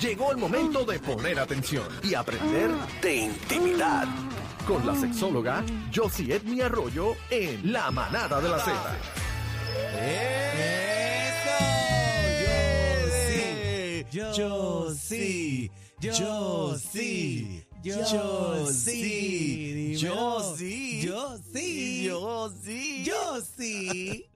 Llegó el momento de poner atención y aprender de intimidad con la sexóloga Josie Edmi Arroyo en La Manada de la Z. ¡Eso! Yo sí. Yo sí. Yo sí. Yo sí. Yo sí. Yo sí. Yo sí. Yo sí.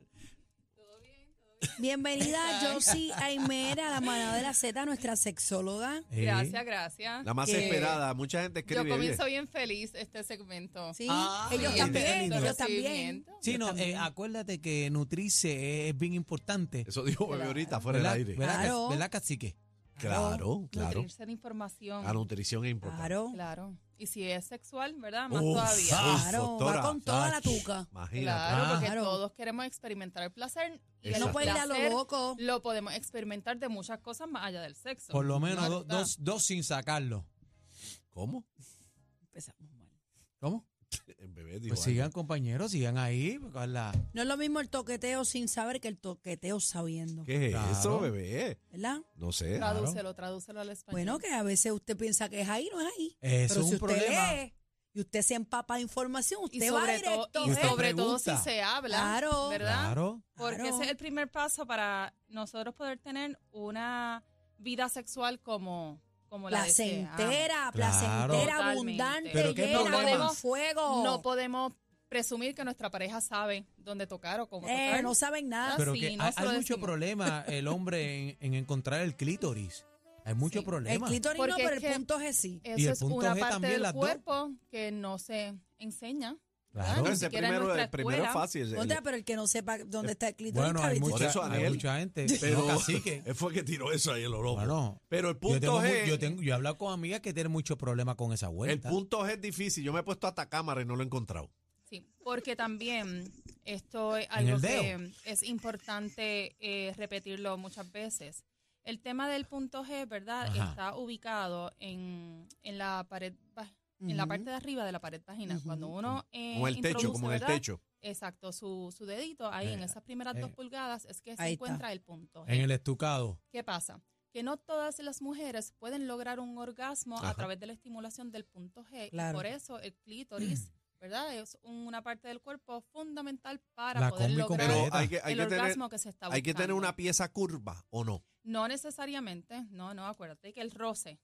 Bienvenida Josie Aimera, la manada de la Z, nuestra sexóloga. Eh, Gracias, gracias. La más Que- esperada. Mucha gente escribe. Yo oye. comienzo bien feliz este segmento. Sí, Ah, ellos Sí, este también, lindo ellos también. recibimiento. Sí, no, también. eh, acuérdate que nutrirse es bien importante. Eso dijo bebé ahorita fuera del ¿Verdad, aire. ¿verdad, Claro. ca- ¿verdad, cacique? Claro, claro. Nutrirse de información. La nutrición es importante. Claro, Claro. Y si es sexual, ¿verdad? Más Uf, todavía. uf, Claro, va doctora, con toda la ach, tuca. Imagínate. Claro, porque Claro. todos queremos experimentar el placer. Y Exacto. el no puede ir a lo placer loco. Lo podemos experimentar de muchas cosas más allá del sexo. Por lo menos Claro do- está. dos, dos sin sacarlo. ¿Cómo? Empezamos mal. ¿Cómo? El bebé dijo Pues algo. sigan, compañeros, sigan ahí. porque la- No es lo mismo el toqueteo sin saber que el toqueteo sabiendo, ¿Qué es Claro. eso, bebé? ¿verdad? No sé. Tradúcelo, tradúcelo al español. Bueno, que a veces usted piensa que es ahí, no es ahí. eh, Eso Pero es si un usted problema. lee y usted se empapa de información, usted y va sobre, todo, directo. y ¿eh? Usted sobre todo si pregunta. se habla, Claro. ¿verdad? Claro. Porque Claro. ese es el primer paso para nosotros poder tener una vida sexual como, como la deseamos. placentera, Claro. placentera, Totalmente. abundante, Pero qué llena, problema. con fuego. No podemos presumir que nuestra pareja sabe dónde tocar o cómo Eh, tocar. no saben nada. Pero Ah, sí, que no hay, se lo hay mucho decimos. problema el hombre en, en encontrar el clítoris. Hay mucho Sí. El problema. clítoris no, Porque pero es el que- punto G sí. Y Eso el es punto una G parte también, las del dos. cuerpo que no se enseña. Claro. No, Ni ese siquiera en primero, nuestra el primero es escuela. fácil. el- Contra, pero el que no sepa dónde está el clítoris Bueno, está hay bicho. Por eso, mucha, hay Anel. mucha gente. Pero no, cacique. él fue que tiró eso ahí el oro. Bueno, pero el yo, tengo, punto mu- G, yo, tengo- yo he hablado con amigas que tienen mucho problema con esa el vuelta. punto G es difícil. Yo me he puesto hasta cámara y no lo he encontrado. Sí, porque también esto es En el algo dedo. que es importante eh, repetirlo muchas veces. El tema del punto G, ¿verdad? Ajá. Está ubicado en, en la pared, va- en la Ujú. parte de arriba de la pared vaginal. Ujú. Cuando uno eh, Como en el techo, introduce, como en el ¿verdad? techo. Exacto, su, su dedito ahí Eh, en esas primeras dos eh. pulgadas es que se Ahí está. encuentra el punto G. En el estucado. ¿Qué pasa? Que no todas las mujeres pueden lograr un orgasmo Ajá. a través de la estimulación del punto G. y Claro. por eso el clítoris, ¿verdad? Es una parte del cuerpo fundamental para La poder combi lograr Pero Completa. hay que, hay el que tener, orgasmo que se está buscando. hay que tener una pieza curva, ¿o no? No necesariamente, no, no, acuérdate que el roce,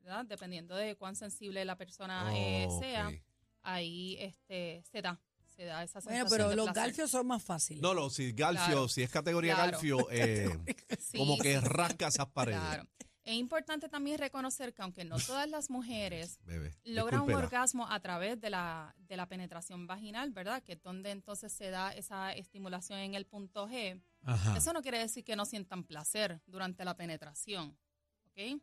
¿verdad? Dependiendo de cuán sensible la persona eh, Oh, sea, ok. ahí este, se da, se da esa sensación Bueno, pero de los placer. galfios son más fáciles. No, no, si Galfio, Claro. si es categoría Claro. Galfio, eh, Sí, como que sí, rasca esas paredes. Claro. Es importante también reconocer que aunque no todas las mujeres Bebé, logra un discúlpela. orgasmo a través de la, de la penetración vaginal, ¿verdad? Que es donde entonces se da esa estimulación en el punto G. Ah. Ajá. Eso no quiere decir que no sientan placer durante la penetración, ¿ok?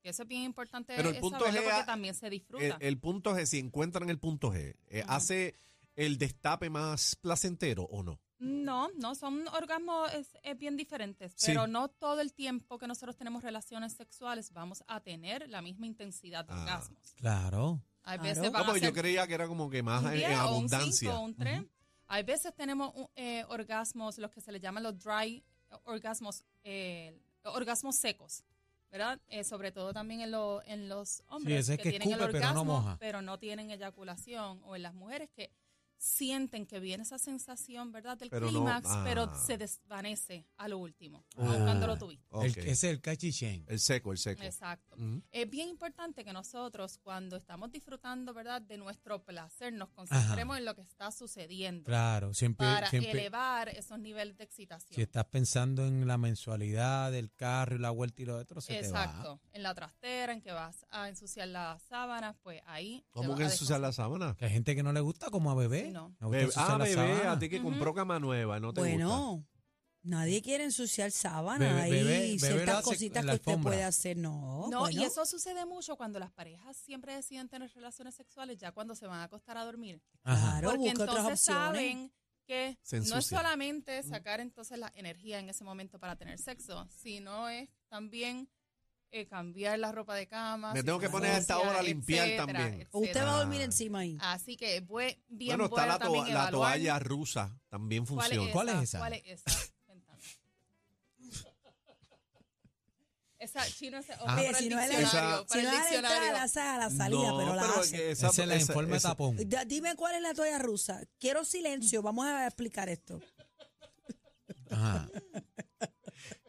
Que eso es bien importante Pero el es punto saberlo G eh, porque a- también se El, disfruta. el punto G, si encuentran el punto G, eh, Ajá. ¿hace el destape más placentero o no? no, no, son orgasmos es, es bien diferentes, Sí. pero no todo el tiempo que nosotros tenemos relaciones sexuales vamos a tener la misma intensidad de Ah. orgasmos. Claro. Hay Claro. veces No, van a porque yo ser creía que era como que más un en, en 10 o un abundancia. cinco o un tres. Ujú. Hay veces tenemos un, eh, orgasmos, los que se le llaman los dry orgasmos, eh, orgasmos secos, ¿verdad? Eh, sobre todo también en, lo- en los hombres ese es que tienen escupe, el pero no orgasmo, moja. pero no tienen eyaculación, o en las mujeres que sienten que viene esa sensación, ¿verdad? Del Pero no, clímax, ah. pero se desvanece a lo último, Ah. cuando lo tuviste. Ok. El- ese es el cachichén. El seco, el seco. Exacto. Ujú. Es bien importante que nosotros, cuando estamos disfrutando, ¿verdad?, de nuestro placer, nos concentremos en lo que está sucediendo Claro, siempre, para siempre elevar esos niveles de excitación. si estás pensando en la mensualidad, el carro y la vuelta y lo otro, se te va. Exacto. En la trastera, en que vas a ensuciar las sábanas, pues ahí. te ¿Cómo vas que a ensuciar la sábana? Que hay gente que no le gusta como a bebé. Sí, no. No gusta Bebé- ensuciar ah, la bebé, sábana. a ti que Ujú. compró cama nueva, no te gusta. bueno, nadie quiere ensuciar sábana. Bebé- Ahí bebé- bebé lo ciertas hace cositas en la que usted alfombra. puede hacer. No, No, bueno, y eso sucede mucho cuando las parejas siempre deciden tener relaciones sexuales ya cuando se van a acostar a dormir. Ajá. Claro, porque busca entonces otras opciones. saben que Se no es ensucia. solamente sacar entonces la energía en ese momento para tener sexo, sino es también eh, cambiar la ropa de cama. Me si tengo se que poner a esta ensucia, hora a limpiar etcétera, también. O usted etcétera. va a dormir encima ahí. Así que bue- bien bueno, está bueno la, to- también la evaluar toalla rusa, también cuál funciona. ¿Cuál es esa? ¿Cuál es esa? Cuéntame. Esa chino es Ah, para Oye, el Eh, si no es diccionario. Esa- para si el no es la entrada, diccionario. la sa- la salida, no, pero la pero hace. que esa, Esa es la esa- informe esa- tapón. Da- Dime cuál es la toalla rusa. Quiero silencio, vamos a explicar esto. Ajá.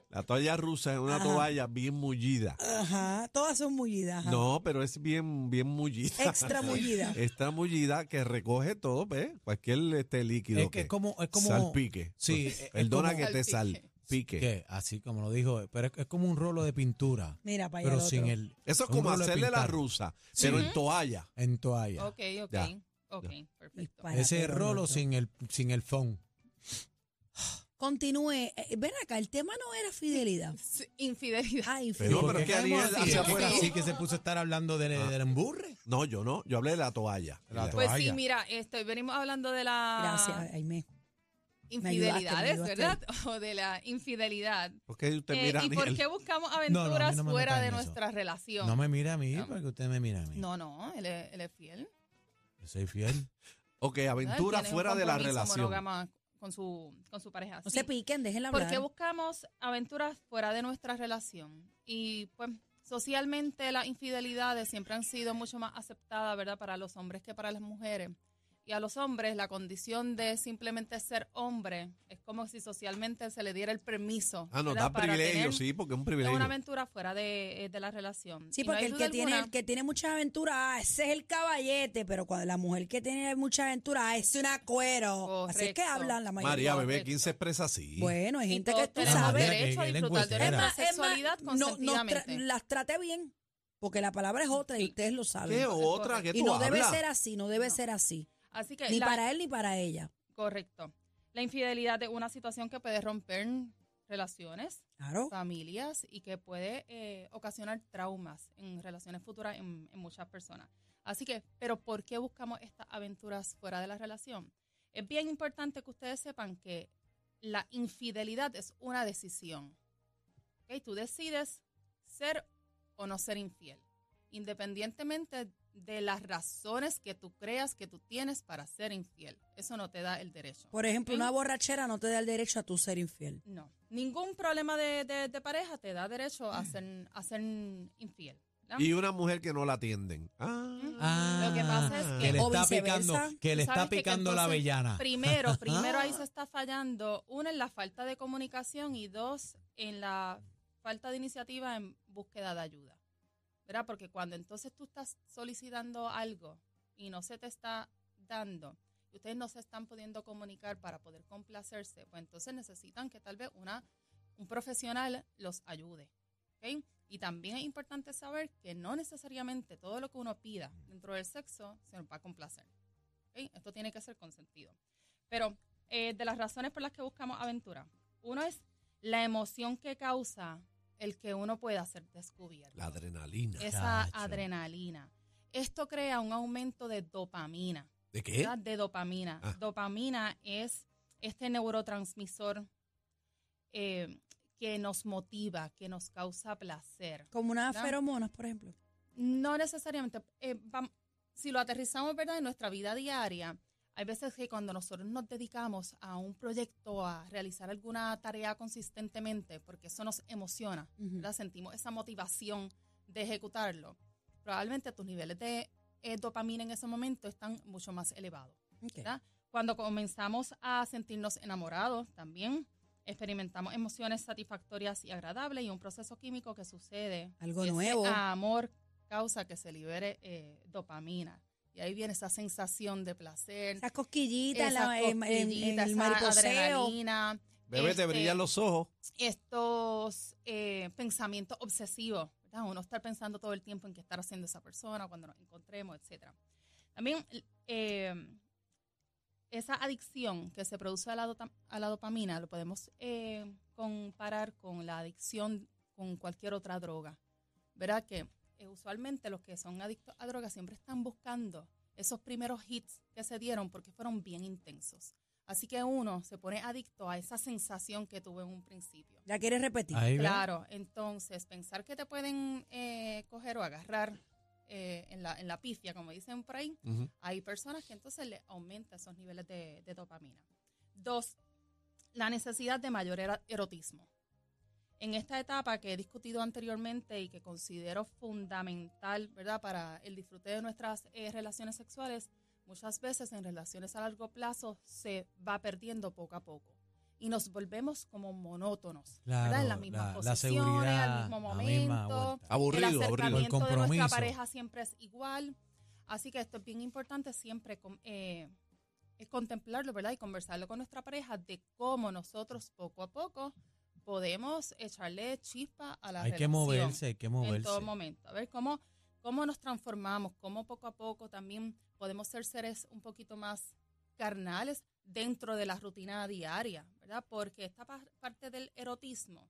La toalla rusa es una Ajá. toalla bien mullida. Ajá, todas son mullidas. ajá. No, pero es bien, bien mullida. Extra mullida. Está mullida que recoge todo, ¿ves? Cualquier este líquido. Es que es como, es como. Salpique. Sí, Pues, es- es Perdona como- que te Salpique. salpique. que, así como lo dijo, pero es, es como un rolo de pintura. Mira, para allá. Pero el otro. sin el. Eso es un como rolo de hacerle la pintar rusa, Sí. pero en toalla. En toalla. Ok, ok. Ya. Ok, perfecto. Hispana, Ese pero el rolo otro. sin el, sin el phone. Continúe. Eh, Ven acá, el tema no era fidelidad. Sí, Infidelidad. Ah, No, infidelidad. pero ¿Por es qué que Ariel caemos hacia así? afuera. Así que se puso a estar hablando del, Ah. del emburre. No, yo no. Yo hablé de la toalla. La Pues sí, Vaya. mira, estoy, venimos hablando de la Gracias, Aime. infidelidades, ayudaste. ¿verdad? O de la infidelidad. ¿Por qué usted Eh, mira a ¿Y por Ariel? qué buscamos no me aventuras metan fuera de en eso. nuestra relación? No me mira a mí, No. porque usted me mira a mí. no, no, él, es, él es fiel. Yo soy fiel. Ok, ¿verdad? aventura Tiene un fuera de la compromiso relación. monógamo Con su, con su pareja. No Sí. se piquen, déjenla ¿Por hablar. qué buscamos aventuras fuera de nuestra relación? Y pues socialmente las infidelidades siempre han sido mucho más aceptadas, ¿verdad? Para los hombres que para las mujeres. Y a los hombres la condición de simplemente ser hombre es como si socialmente se le diera el permiso. Ah, no, ¿verdad? da Para privilegio, tener sí, porque es un Una privilegio. aventura fuera de, eh, de la relación. Sí, Y no hay porque el duda que, tiene, alguna- el que tiene muchas aventuras, ah, ese es el caballete, pero cuando la mujer que tiene muchas aventuras, ah, es una cuero. Así es que Correcto. hablan la mayoría. María, Correcto. bebé, ¿quién se expresa así? Bueno, hay y gente que todos tú tenemos María, sabes. que- derecho a que la disfrutar de encuestera. nuestra Es más, es más, sexualidad no- nos tra- consentidamente. las trate bien, porque la palabra es otra y ustedes lo saben. ¿Qué otra? ¿Qué y tú no debe hablas? ser así, no debe No. ser así. Así que Ni la- para él ni para ella. Correcto. La infidelidad es una situación que puede romper relaciones, Claro. familias y que puede eh, ocasionar traumas en relaciones futuras en, en muchas personas. Así que, pero ¿por qué buscamos estas aventuras fuera de la relación? Es bien importante que ustedes sepan que la infidelidad es una decisión. ¿Ok? Tú decides ser o no ser infiel, independientemente de las razones que tú creas que tú tienes para ser infiel. Eso no te da el derecho. Por ejemplo, ¿Ok? una borrachera no te da el derecho a tú ser infiel. No. Ningún problema de, de- de pareja te da derecho a ser, a ser infiel. ¿verdad? Mm. Y una mujer que no la atienden. Ah, Lo que pasa es que- le O está viceversa. picando, que le Ah. Tú está sabes que- que picando la entonces, avellana. Primero, primero ahí se está fallando, uno en la falta de comunicación y dos en la falta de iniciativa en búsqueda de ayuda. ¿Verdad? Porque cuando entonces tú estás solicitando algo y no se te está dando, y ustedes no se están pudiendo comunicar para poder complacerse, pues entonces necesitan que tal vez una, un profesional los ayude. ¿ok? Y también es importante saber que no necesariamente todo lo que uno pida dentro del sexo se nos va a complacer. ¿ok? Esto tiene que ser consentido. Pero eh, de las razones por las que buscamos aventura, uno es la emoción que causa el que uno pueda ser descubierto. la adrenalina. Esa Chacho. adrenalina. Esto crea un aumento de dopamina. ¿De qué? ¿verdad? De dopamina. ¿Eh? Ah. Dopamina es este neurotransmisor eh, que nos motiva, que nos causa placer. Como unas ¿Verdad? feromonas, por ejemplo. No necesariamente. eh, vam- si lo aterrizamos ¿verdad? en nuestra vida diaria, hay veces que cuando nosotros nos dedicamos a un proyecto, a realizar alguna tarea consistentemente, porque eso nos emociona, Ujú. ¿verdad? sentimos esa motivación de ejecutarlo, probablemente tus niveles de eh, dopamina en ese momento están mucho más elevados. Ok. ¿verdad? Cuando comenzamos a sentirnos enamorados también, experimentamos emociones satisfactorias y agradables y un proceso químico que sucede. Algo Y ese ah, nuevo. Amor causa que se libere eh, dopamina. Y ahí viene esa sensación de placer. Esas cosquillitas, esas la- en- en- en cosquillitas, el esa mariposeo. adrenalina, Bebé, este- te brillan los ojos. estos eh, pensamientos obsesivos, ¿verdad? Uno estar pensando todo el tiempo en qué estar haciendo esa persona, cuando nos encontremos, etcétera. También eh, esa adicción que se produce a la, dota- a la dopamina lo podemos eh, comparar con la adicción con cualquier otra droga. ¿Verdad? Que eh, usualmente los que son adictos a drogas siempre están buscando esos primeros hits que se dieron porque fueron bien intensos. Así que uno se pone adicto a esa sensación que tuvo en un principio. Ya quieres repetir. Ahí ve. Claro, entonces pensar que te pueden eh, coger o agarrar eh, en, la, en la pifia, como dicen por ahí, Ujú. hay personas que entonces le aumenta esos niveles de, de dopamina. Dos, la necesidad de mayor era- erotismo. en esta etapa que he discutido anteriormente y que considero fundamental, ¿verdad?, para el disfrute de nuestras eh, relaciones sexuales, muchas veces en relaciones a largo plazo se va perdiendo poco a poco. Y nos volvemos como monótonos, ¿verdad? En las mismas la, la posiciones, seguridad, al mismo la misma momento. vuelta. Aburrido, el aburrido. El acercamiento de nuestra compromiso. pareja siempre es igual. Así que esto es bien importante siempre con- eh, es contemplarlo, ¿verdad? Y conversarlo con nuestra pareja de cómo nosotros poco a poco podemos echarle chispa a la Hay relación que moverse, hay que en moverse. todo momento. A ver cómo, cómo nos transformamos, cómo poco a poco también podemos ser seres un poquito más carnales dentro de la rutina diaria, ¿verdad? Porque esta pa- parte del erotismo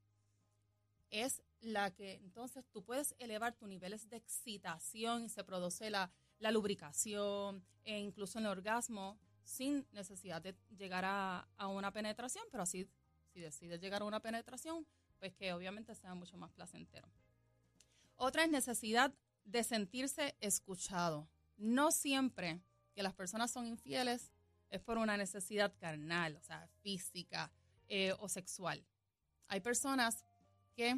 es la que entonces tú puedes elevar tus niveles de excitación y se produce la, la lubricación e incluso en el orgasmo sin necesidad de llegar a, a una penetración, pero así si decides llegar a una penetración, pues que obviamente sea mucho más placentero. Otra es necesidad de sentirse escuchado. No siempre que las personas son infieles es por una necesidad carnal, o sea, física eh, o sexual. Hay personas que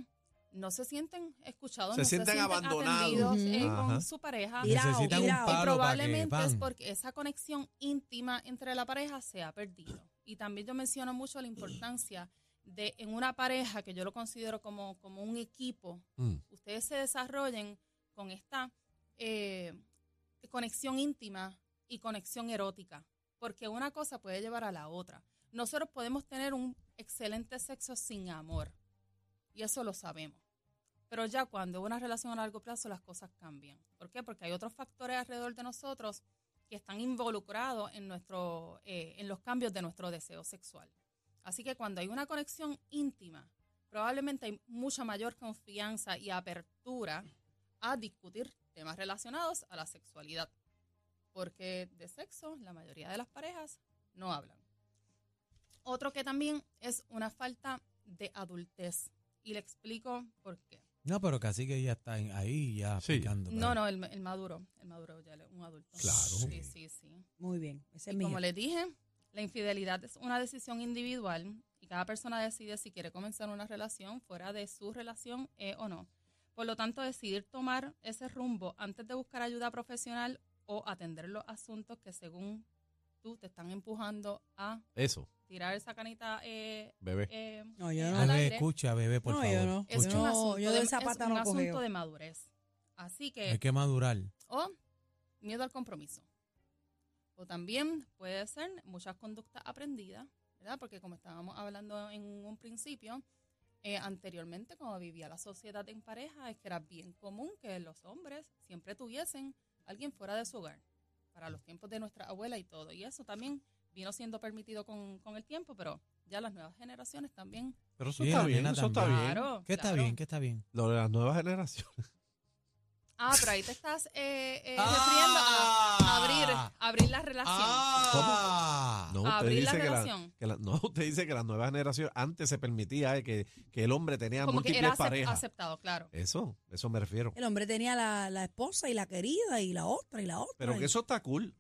no se sienten escuchados, Se no sienten se sienten abandonados. atendidos, eh, Ujú. Ajá. con su pareja. Tirao, Necesitan un tirao. palo Y probablemente para que, es pan. porque esa conexión íntima entre la pareja se ha perdido. Y también yo menciono mucho la importancia de en una pareja que yo lo considero como, como un equipo, Mm. ustedes se desarrollen con esta eh, conexión íntima y conexión erótica, porque una cosa puede llevar a la otra. Nosotros podemos tener un excelente sexo sin amor, y eso lo sabemos. Pero ya cuando una relación a largo plazo las cosas cambian. ¿Por qué? Porque hay otros factores alrededor de nosotros que están involucrados en, nuestro, eh, en los cambios de nuestro deseo sexual. Así que cuando hay una conexión íntima, probablemente hay mucha mayor confianza y apertura a discutir temas relacionados a la sexualidad. Porque de sexo la mayoría de las parejas no hablan. Otro que también es una falta de adultez. Y le explico por qué. No, pero casi que ya está en- ahí, ya Sí. picando. No, pero- no, el, el maduro. El maduro ya es un adulto. Claro. Sí, sí, sí. Muy bien, ese es Y mi. como jefe. les dije, la infidelidad es una decisión individual y cada persona decide si quiere comenzar una relación fuera de su relación eh, o no. Por lo tanto, decidir tomar ese rumbo antes de buscar ayuda profesional o atender los asuntos que según tú te están empujando a Eso, tirar esa canita eh, bebé. eh, No, yo no. al Bebé, aire. escucha, bebé, por No, yo favor. no. Es escucha. un No, asunto, yo de, del es zapata un no asunto cogeo. de madurez. Así que Hay que madurar. o miedo al compromiso. O también puede ser muchas conductas aprendidas, ¿verdad? Porque como estábamos hablando en un principio, eh, anteriormente cuando vivía la sociedad en pareja, es que era bien común que los hombres siempre tuviesen alguien fuera de su hogar, para los tiempos de nuestra abuela y todo. Y eso también vino siendo permitido con, con el tiempo, pero ya las nuevas generaciones también. Pero eso Sí, está la bien, nena eso está también. bien. Claro, Que está claro. bien, que está bien. Lo de las nuevas generaciones. Ah, pero ahí te estás eh, eh, Ah. refiriendo a abrir, abrir la relación. No, ¿A usted abrir la dice que, la- relación? que la- no, usted dice que las nuevas generaciones antes se permitía eh, que, que el hombre tenía Como que múltiples era acep- parejas. aceptado, claro. Eso, eso me refiero. El hombre tenía la, la esposa y la querida y la otra y la otra. Pero Y- que eso está cool.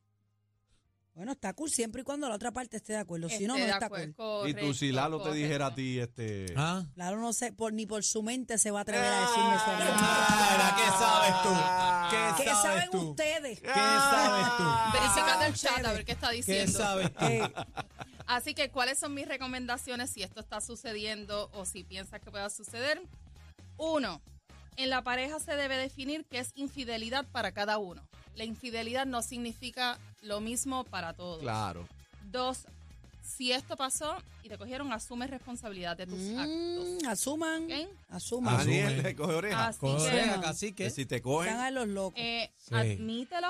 Bueno, está cool siempre y cuando la otra parte esté de acuerdo. Si no, no Esté Este, de está acuerdo, cool. y tú correcto, si Lalo te dijera a correcto. ti, este... Ah, Claro, no sé, por, ni por su mente se va a atrever a decirme eso. a mí. Ah, ¿qué sabes tú? Ah. ¿Qué ¿Qué sabes saben tú? ustedes? ¿Qué Ah, sabes tú? Ah, Verificando el chat a ver qué está ¿Qué diciendo. sabes tú? Eh, Así que, ¿cuáles son mis recomendaciones si esto está sucediendo o si piensas que pueda suceder? Uno, en la pareja se debe definir qué es infidelidad para cada uno. La infidelidad no significa lo mismo para todos. Claro. Dos, si esto pasó y te cogieron, asume responsabilidad de tus actos. mm, asuman, ¿ok? asuman. Asume. Daniel le coge oreja. Así Coge que- oreja, cacique. Que si te Están cogen... a los locos. Eh, Sí. Admítelo,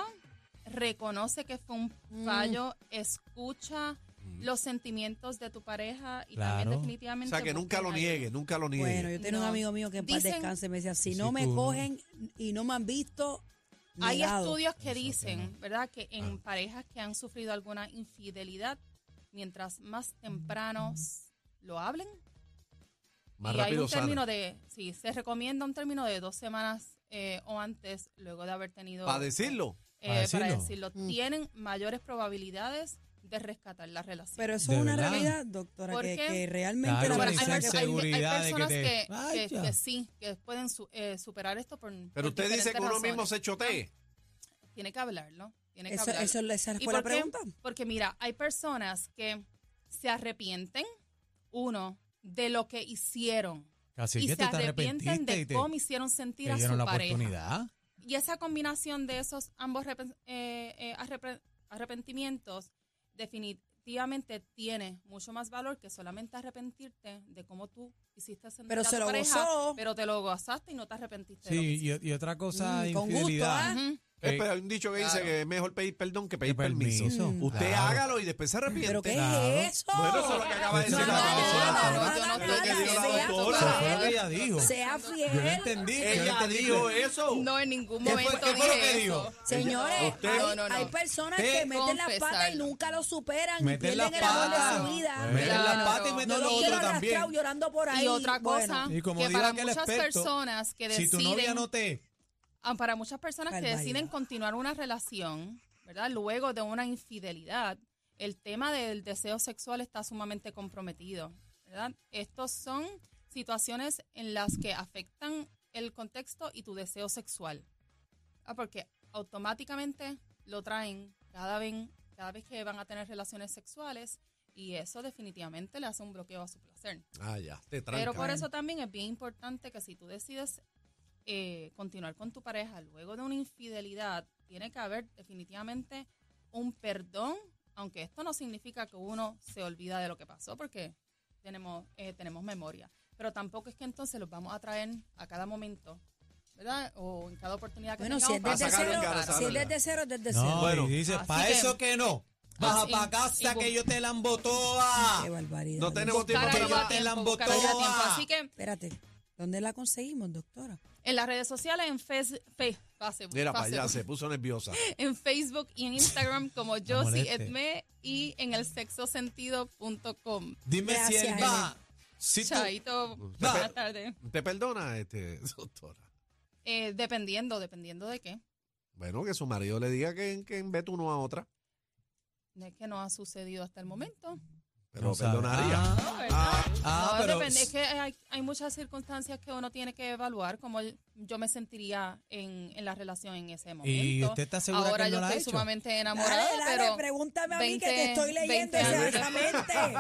reconoce que fue un fallo, escucha los sentimientos de tu pareja Mm. y también Claro. O definitivamente... pues, sea, que nunca lo busquen niegue, ayuda. nunca lo niegue. bueno, yo tenía No. un amigo mío que en paz Dicen- descanse me decía, si Sí, no me tú, ¿no? cogen y no me han visto, Hay negado. estudios que Eso que dicen, ¿verdad?, que en Ah. parejas que han sufrido alguna infidelidad, mientras más Mm. tempranos lo hablen, Más y hay rápido un término sana. de, sí, se recomienda un término de dos semanas eh, o antes, luego de haber tenido... Para decirlo. eh, para Para decirlo, tienen mayores probabilidades de rescatar la relación. Pero eso ¿De es una verdad? realidad, doctora, ¿Por que, qué? que realmente Claro, la pero hay, esa persona hay- que hay- hay inseguridad de que personas te- que, Ay, que- ya. que sí, que pueden su- eh, superar esto por Pero por usted dice que diferentes uno mismo razones. se chotee. Tiene que hablarlo. Tiene que Eso, hablarlo. eso- esa ¿Y fue la por qué? pregunta. Porque mira, hay personas que se arrepienten, uno, de lo que hicieron. Casi y que se tú te arrepienten arrepentiste de y te, cómo hicieron sentir te a su dieron la pareja. oportunidad. Y esa combinación de esos ambos repen- eh, eh, arrepre- arrepentimientos definitivamente tiene mucho más valor que solamente arrepentirte de cómo tú hiciste sentir Pero a se tu lo pareja, gozó. pero te lo gozaste y no te arrepentiste de lo que Sí, hiciste. y, y otra cosa, Mm, con gusto, infidelidad. ¿ah? Ujú. que- Eh, pero hay un dicho que dice Claro. que es mejor pedir perdón que pedir Que permiso. permiso. Mm. Usted Claro. hágalo y después se arrepiente. ¿Pero qué Claro. es eso? Bueno, eso es lo que acaba de Eso decir la no haga nada, doctora. no haga Es lo que nada, dijo la sea doctora. Eso fue lo que ella dijo. Sea Yo no fiel. entendí. yo no Ella entendí. dijo eso. No, en ningún ¿Qué fue- momento qué fue lo dije que dijo? eso. Señores, Usted- hay, No, no, no. hay personas Usted que meten las patas y confesarlo. nunca lo superan y Meter la pierden el amor de pata. su vida. Meter la Claro. pata y No meter No lo lo otro quiero también. arrastrado llorando por ahí. Y otra cosa, Bueno, Y como que dijo para aquel muchas experto, personas que Si tu novia deciden, no te... ah, para muchas personas que Barbaridad. deciden continuar una relación, ¿verdad? Luego de una infidelidad, el tema del deseo sexual está sumamente comprometido, ¿verdad? Estos son situaciones en las que afectan el contexto y tu deseo sexual. Ah, porque automáticamente lo traen cada vez, cada vez que van a tener relaciones sexuales y eso definitivamente le hace un bloqueo a su placer. Ah, ya. Te Pero tranca. por eso también es bien importante que si tú decides eh, continuar con tu pareja luego de una infidelidad, tiene que haber definitivamente un perdón, aunque esto no significa que uno se olvida de lo que pasó, porque tenemos, eh, tenemos memoria. Pero tampoco es que entonces los vamos a traer a cada momento, ¿verdad? O en cada oportunidad que bueno si es tengamos. Para desde sacarlo en cero, cara, si sacarlo es en desde cero, es desde No, cero. Bueno. y dice, Así pa' que- eso que no. Baja Así- pa' casa y- que yo te la embotoa. Qué barbaridad. No tenemos tiempo Buscar que algo ya a te la tiempo, buscar algo a embotó, tiempo. ah. Así que Espérate, ¿dónde la conseguimos, doctora? en las redes sociales, en Face- Fe- Facebook, Mira, para allá Facebook. se puso nerviosa. en Facebook y en Instagram como Josie moleste. Edme y en el sexosentido.com. Dime Gracias, si él va. Si tú- Chaito, Pe- buenas tardes. ¿Te perdona, este, doctora? Eh, dependiendo, dependiendo de qué. Bueno, que su marido le diga que, que invete uno a otra. No es que no ha sucedido hasta el momento. Pero No sabe. perdonaría. Ah, No, ¿verdad? ah, No, pero- depende. Es que hay, hay muchas circunstancias que uno tiene que evaluar, como yo me sentiría en, en la relación en ese momento. ¿Y usted está segura Ahora que no yo la ha estoy hecho? sumamente enamorada, Dale, dale, pero pregúntame a mí que te 20, estoy leyendo 20 esa mente.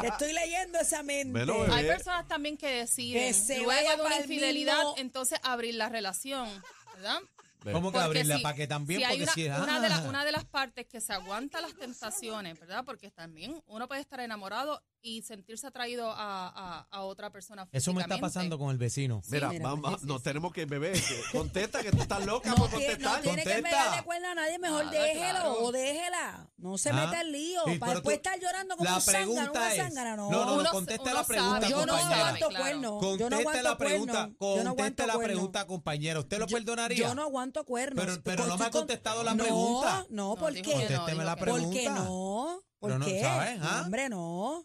Te estoy leyendo esa mente. Bueno, bebé. Hay personas también que deciden Que se vaya luego de pa'l una infidelidad, mismo- entonces abrir la relación, ¿verdad? Ve, ¿Cómo que Porque abrirla? si- para que también, si hay porque una, si es- una de la- ah. una de las partes que se aguanta las tentaciones, ¿verdad? Porque también uno puede estar enamorado y sentirse atraído a, a- a otra persona. Eso me está físicamente. pasando con el vecino. Mira, mira, vamos, sí, nos tenemos que beber. Contesta que tú estás loca No, por tiene- contestar. no tiene que contesta. pegarle cuerda a nadie, mejor Nada, déjelo claro. o déjela. No se Ah, meta en lío. sí, para pero tú- después estar llorando como la un zángano, pregunta una es- zángana. No, no, no, Uno- contesta uno la pregunta, sabe, yo no compañera. aguanto claro. cuernos. yo no Conteste aguanto la pregunta, cuernos. Yo no aguanto conteste la cuernos. pregunta, compañera. ¿Usted lo Yo- perdonaría? Yo no aguanto cuernos. Pero- Pues pero no me ha estoy con- contestado la No, pregunta. No, No, ¿por dijo qué? que no, Contésteme la dijo que no. ¿Por qué pregunta. no? ¿Por Pero no, qué? ¿sabes, ah? No, Hombre, no.